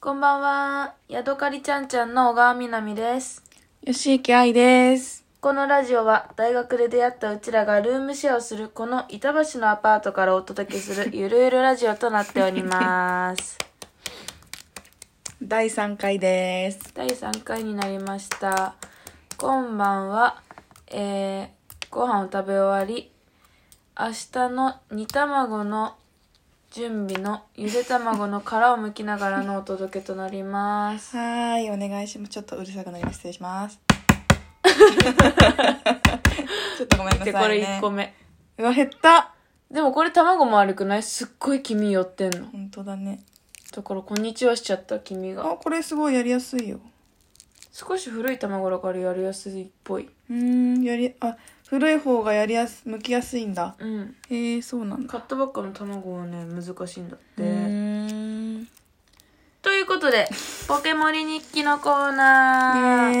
こんばんは。ヤドカリちゃんちゃんの小川みなみです。吉池愛です。このラジオは大学で出会ったうちらがルームシェアをするこの板橋のアパートからお届けす るゆるゆるラジオとなっております。第3回です。第3回になりました。今晩は、えー、ご飯を食べ終わり、明日の煮卵の準備のゆで卵の殻を剥きながらのお届けとなります。はーい、お願いします。ちょっとうるさくなります。失礼し ます。ちょっ とごめんなさで、い、ね。これ1個目。うわ、減った。でもこれ卵も悪くないすっごい黄身寄ってんの。本当だね。だから、こんにちはしちゃった、黄身が。あ、これすごいやりやすいよ。少し古い卵だからやりやすいっぽい。うーん、やり、あ、古い方がやりやす、剥きやすいんだ。うん。えー、そうなんだ。買ったばっかの卵はね、難しいんだっうて。ーん。ということで、ポケモリ日記のコーナー。イ世エ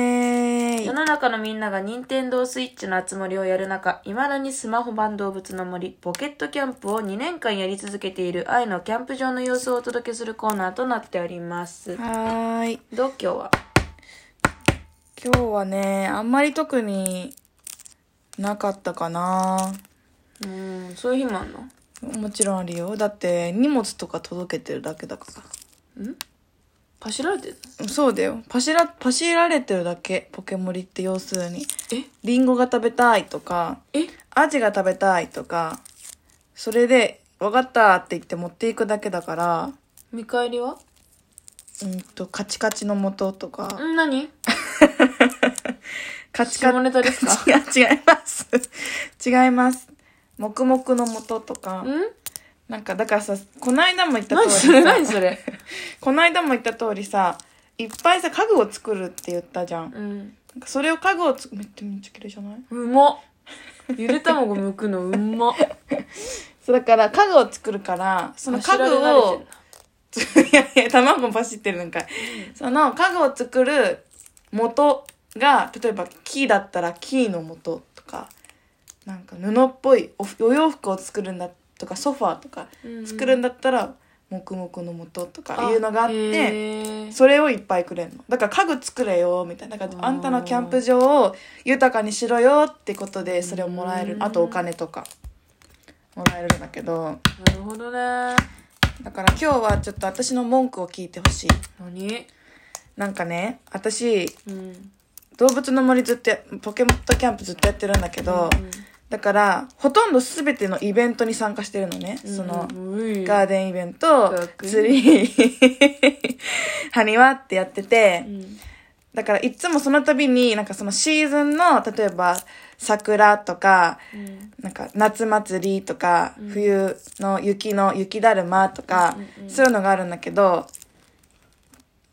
ーイ。の中のみんなが任天堂スイッチの集まりをやる中、いまだにスマホ版動物の森、ポケットキャンプを2年間やり続けている愛のキャンプ場の様子をお届けするコーナーとなっております。はーい。どう今日は今日はね、あんまり特になかったかな。うん、そういう日もあんのもちろんあるよだって荷物とか届けてるだけだかパシられてるらそうだよパシラパシられてるだけポケモリって要するにえリンゴが食べたいとかえアジが食べたいとかそれで「分かった」って言って持っていくだけだから見返りはうんとカチカチの元とかん何カチカ下ネタですか 違う違います違います黙々の元とかんなんかだからさこないだも言った通何りそれさ何それこの間も言った通りさいっぱいさ家具を作るって言ったじゃん,、うんなんかそれを家具をつめっちゃめっちゃ綺麗じゃないうまっゆで卵剥くのうまっそうだから家具を作るからその家具を いやいや卵もパシってるんかい、その家具を作る元が例えば木だったら木の元とかなんか布っぽいおお洋服を作るんだとかソファーとか作るんだだったら黙々の元とかいうのがあって。てそれをいっぱいくれんのだから家具作れよみたいなだからあーあんたのキャンプ場を豊かにしろよってことでそれをもらえるうんあとお金とかもらえるんだけどなるほどねだから今日はちょっと私の文句を聞いてほしい何なんかね私うん動物の森ずっとやポケモンとキャンプずっとやってるんだけど、んだからほとんど全てのイベントに参加してるのね、そのうんガーデンイベントかっこいい釣り 埴輪ってやってて、うんだからいつもその度になんかそのシーズンの例えば桜とかうんなんか夏祭りとか、うん冬の雪の雪だるまとか、うんうんうんそういうのがあるんだけど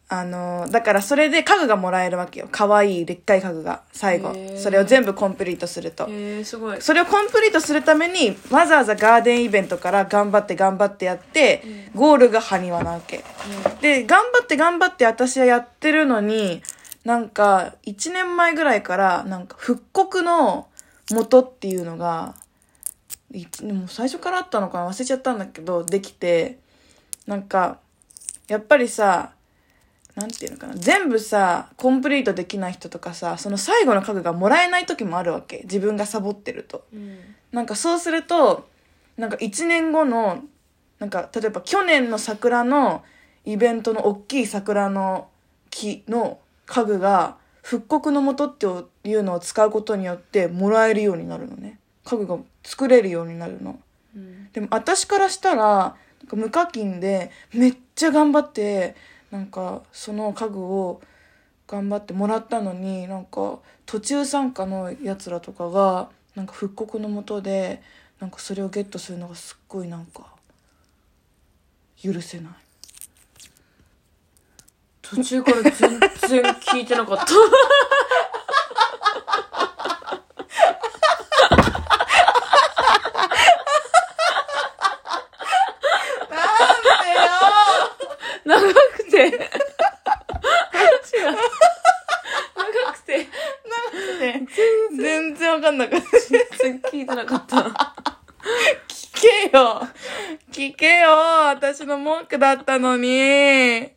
あのだからそれで家具がもらえるわけよ可愛いでっかい家具が最後へーそれを全部コンプリートするとへえすごいそれをコンプリートするためにわざわざガーデンイベントから頑張って頑張ってやって、ゴールが埴輪なわけ。で、頑張って頑張って私はやってるのに、なんか、1年前ぐらいから、なんか、復刻の元っていうのが、いでも最初からあったのかな忘れちゃったんだけど、できて、なんか、やっぱりさ、なんていうのかな全部さ、コンプリートできない人とかさ、その最後の家具がもらえない時もあるわけ。自分がサボってると。うんなんかそうするとなんか1年後のなんか例えば去年の桜のイベントの大きい桜の木の家具が復刻の元っていうのを使うことによってもらえるようになるのね家具が作れるようになるのうんでも私からしたらなんか無課金でめっちゃ頑張ってなんかその家具を頑張ってもらったのになんか途中参加のやつらとかがなんか復刻のもとでなんかそれをゲットするのがすっごいなんか許せない途中から全然聞いてなかった長くて違う長くてなんでよ 全然わかんなかった全然聞いてなかった聞けよ聞けよ私の文句だったのに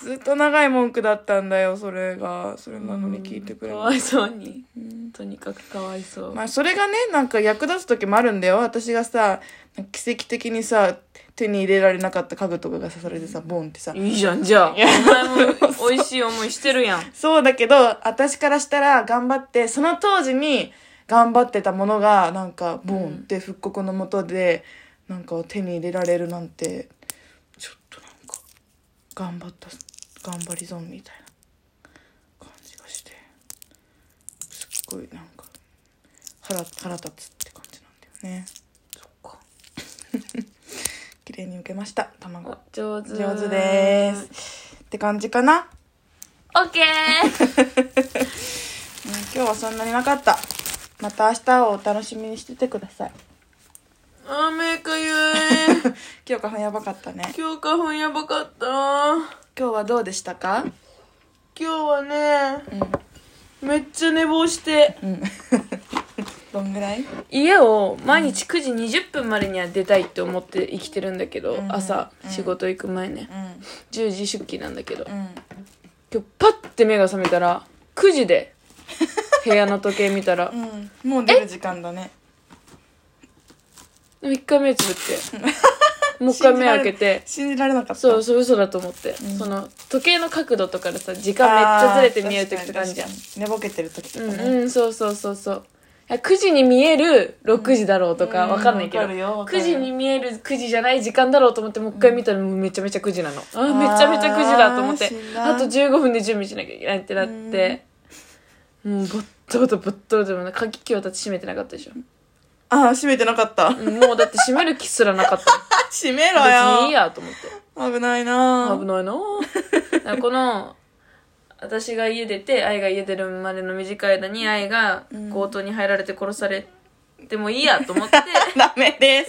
ずっと長い文句だったんだよ、それが。それなのに聞いてくれ かなわい。いそうにとにかくかわいそう、まあ、それがね、なんか役立つ時もあるんだよ。私がさ、なんか奇跡的にさ、手に入れられなかった家具とかが刺されてさ、ボンってさ。いいじゃんじゃあお前も美味しい思いしてるやんそうだけど、私からしたら頑張って、その当時に頑張ってたものが、なんか、ボンって復刻のもとで、なんか手に入れられるなんて、ちょっとなんか、頑張った、頑張り損みたいな感じがして、すっごいなんか、腹、腹立つって感じなんだよね。そっか綺麗に受けました、卵。上手上手です。って感じかな。オッケーうん今日はそんなになかった。また明日をお楽しみにしててください。雨かゆい今日花粉やばかったね今日花粉やばかった今今日はどうでしたか日はね、めっちゃ寝坊してうんどんぐらい家を毎日9時20分までには出たいって思って生きてるんだけど、うん朝うん仕事行く前ねう10時出勤なんだけどんうん今日パッて目が覚めたら9時 で部屋の時計見たらうんもう出る時間だね1回目つぶってもう1回目開けて 信じられなかったそうそう嘘だと思って、んその時計の角度とかでさ時間めっあちーゃずれて見える時とかあるじゃん確かに確かに寝ぼけてる時とかうね、ん、うん、そうそうそうそういや9時に見える6時だろうとかうんわかんないけど、わかるよわかる9時に見える9時じゃない時間だろうと思ってもう一回見たらもうめちゃめちゃ9時なの、あーめちゃめちゃ9時だと思ってあーしんどいあと15分で準備しなきゃいけないってなって、もうボットボトボットボトも鍵今日だって閉めてなかったでしょああ閉めてなかった、あもうだって閉める気すらなかった閉めろ別にいいよやと思って危ないな危ないなぁだからこの私が家出て愛が家出るまでの短い間に愛が強盗に入られて殺されてもいいやと思って ダメで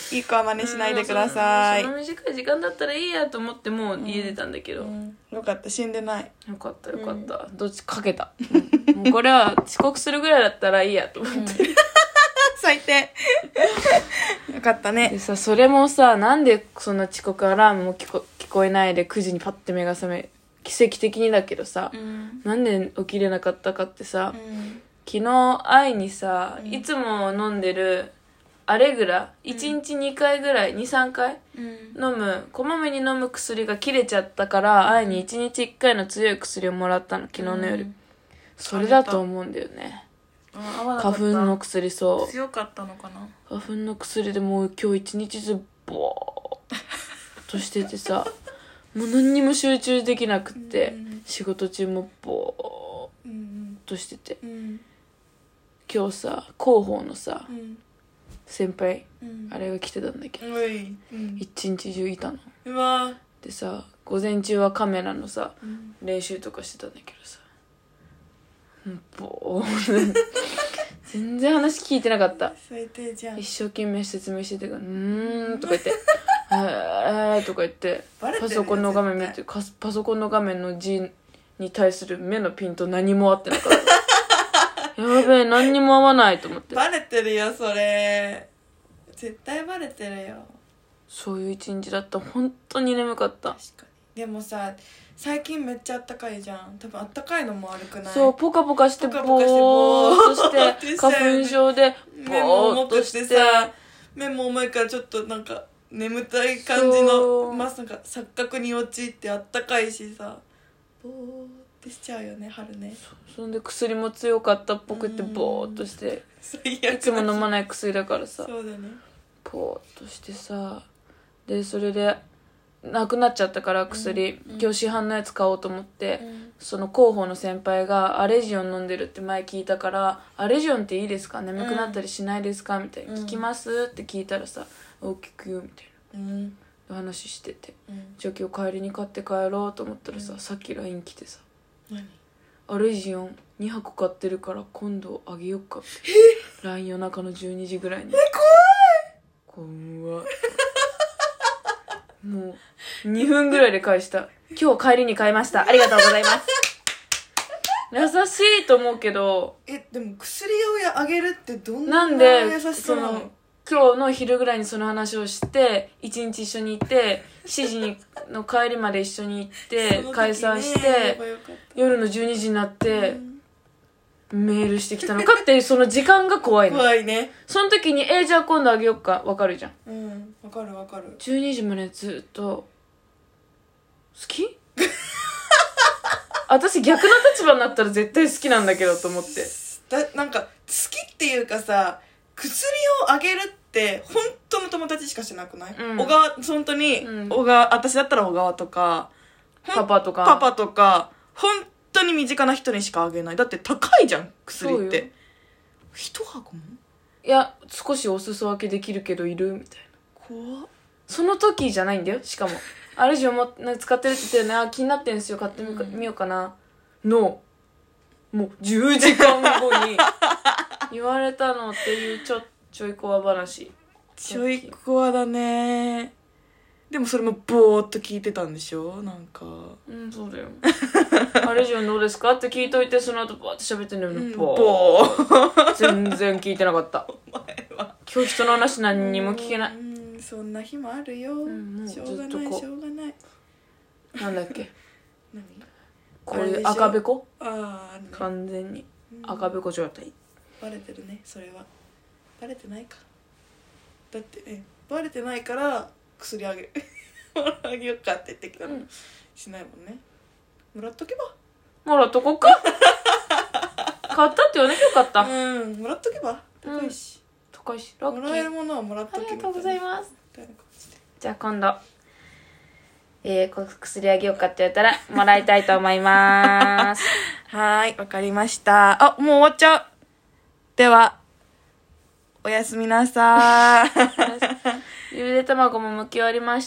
すいい子は真似しないでください、うんそのその短い時間だったらいいやと思ってもう家出たんだけど、うんよかった死んでないよかったよかった、どっちかけたもうこれは遅刻するぐらいだったらいいやと思って、最 低よかったねでさそれもさなんでそんな遅刻アラームも聞こ聞こえないで9時にパッて目が覚め奇跡的にだけどさ、うんなんで起きれなかったかってさ、うん昨日愛にさ、いつも飲んでるアレグラ1日2回ぐらい23回うん飲むこまめに飲む薬が切れちゃったから愛に1日1回の強い薬をもらったの昨日の夜、うんそれだと思うんだよねあ合わなか花った粉の薬そ強かったのかなう花粉の薬でもう今日1日ずボーっとしてて さもう何にも集中できなくって、うん仕事中もボーっうんとしててうん今日さ広報のさうん先輩うんあれが来てたんだけどういうん一日中いたのうわでさ午前中はカメラのさ練習とかしてたんだけどさうんぼー全然話聞いてなかった最低じゃん一生懸命説明してたから「うーん」とか言って「えー」とか言ってバレてるパよソコンの画面見てかパソコンの画面の字に対する目のピント何も合ってなかったやべえ何にも合わないと思ってバレてるよそれ絶対バレてるよそういう一日だった本当に眠かった確かにでもさ最近めっちゃあったかいじゃん多分あったかいのも悪くないそう、ポカポカして、ポぼカポカしてーっとして、ぼーっとして花粉症で、目もぼー重っとくしてて、さ目も重いからちょっとなんか眠たい感じそのうまあなんか錯覚に陥ってあったかいしさぼーってしちゃうよね春ねそんで薬も強かったっぽくて、うんぼーっとして、最悪いつも飲まない薬だからさ、そうだねぼーっとしてさ、で、それで、なくなっちゃったから薬、今日市販のやつ買おうと思って、その広報の先輩がアレジオン飲んでるって前聞いたから「アレジオンっていいですか眠くなったりしないですか?」みたいな「うん聞きます?」って聞いたらさ「お聞くよ」みたいうんな話しててうんじゃあ今日帰りに買って帰ろうと思ったらさ、さっき LINE 来てさ何「アレジオン2箱買ってるから今度あげよっか」って LINE 夜中の12時ぐらいにえ怖い怖いもう2分ぐらいで返した「今日帰りに買いましたありがとうございます」優しいと思うけどえでも薬をやあげるってどんななんにで優しそうなの今日の昼ぐらいにその話をして、一日一緒にいて、7時にの帰りまで一緒に行って、解散して、夜の12時になって、メールしてきたのかっていう、その時間が怖いの。怖いねその時に、えー、じゃあ今度あげよっか、わかるじゃん。うんわかるわかる12時までずっと、好き私逆の立場になったら絶対好きなんだけどと思って。だなんか好きっていうかさ薬をあげるって本当の友達しかしてなくない、うん小川本当に、うん小川私だったら小川とかパパとか。パパとか本当に身近な人にしかあげないだって高いじゃん薬っそうよて一箱もいや、少しお裾分けできるけどいるみたいな。怖っその時じゃないんだよ、しかも。あれ以上も、なんか使ってるって言ったよね。あ、気になってんすよ。買ってみ,、うんみようかな。の、もう10時間後に言われたのっていうちょ、ちょい怖話。ちょいコアだねでもそれもぼーっと聞いてたんでしょなんか、うん、そうだよ。 あれ以上どうですかって聞いといて、その後バーって喋ってんのうんに、ぼぼーー全然聞いてなかった。今日人の話何にも聞けない。うんそんな日もあるよ、んもうしょうずがっなといこうしょうがないなんだっけ何こあれでれしょ赤べこああ、ね、完全にうん赤べこ状態。バレてるねそれはバレてないかだってえバレてないから薬あげ るあげようかって言ってきたの、うんしないもんねもらっとけばもらっとこ っか買ったって言わなきゃよかった。うんもらっとけば高いし、高いし、ラもッキらえるー。ものはもらっとあけりがとうございすます。じゃあ今度、えー、こ薬あげようかって言われたら、もらいたいと思い ます。はーいわかりましたあもう終わっちゃうではおやすみなさーいゆで卵も剥き終わりました。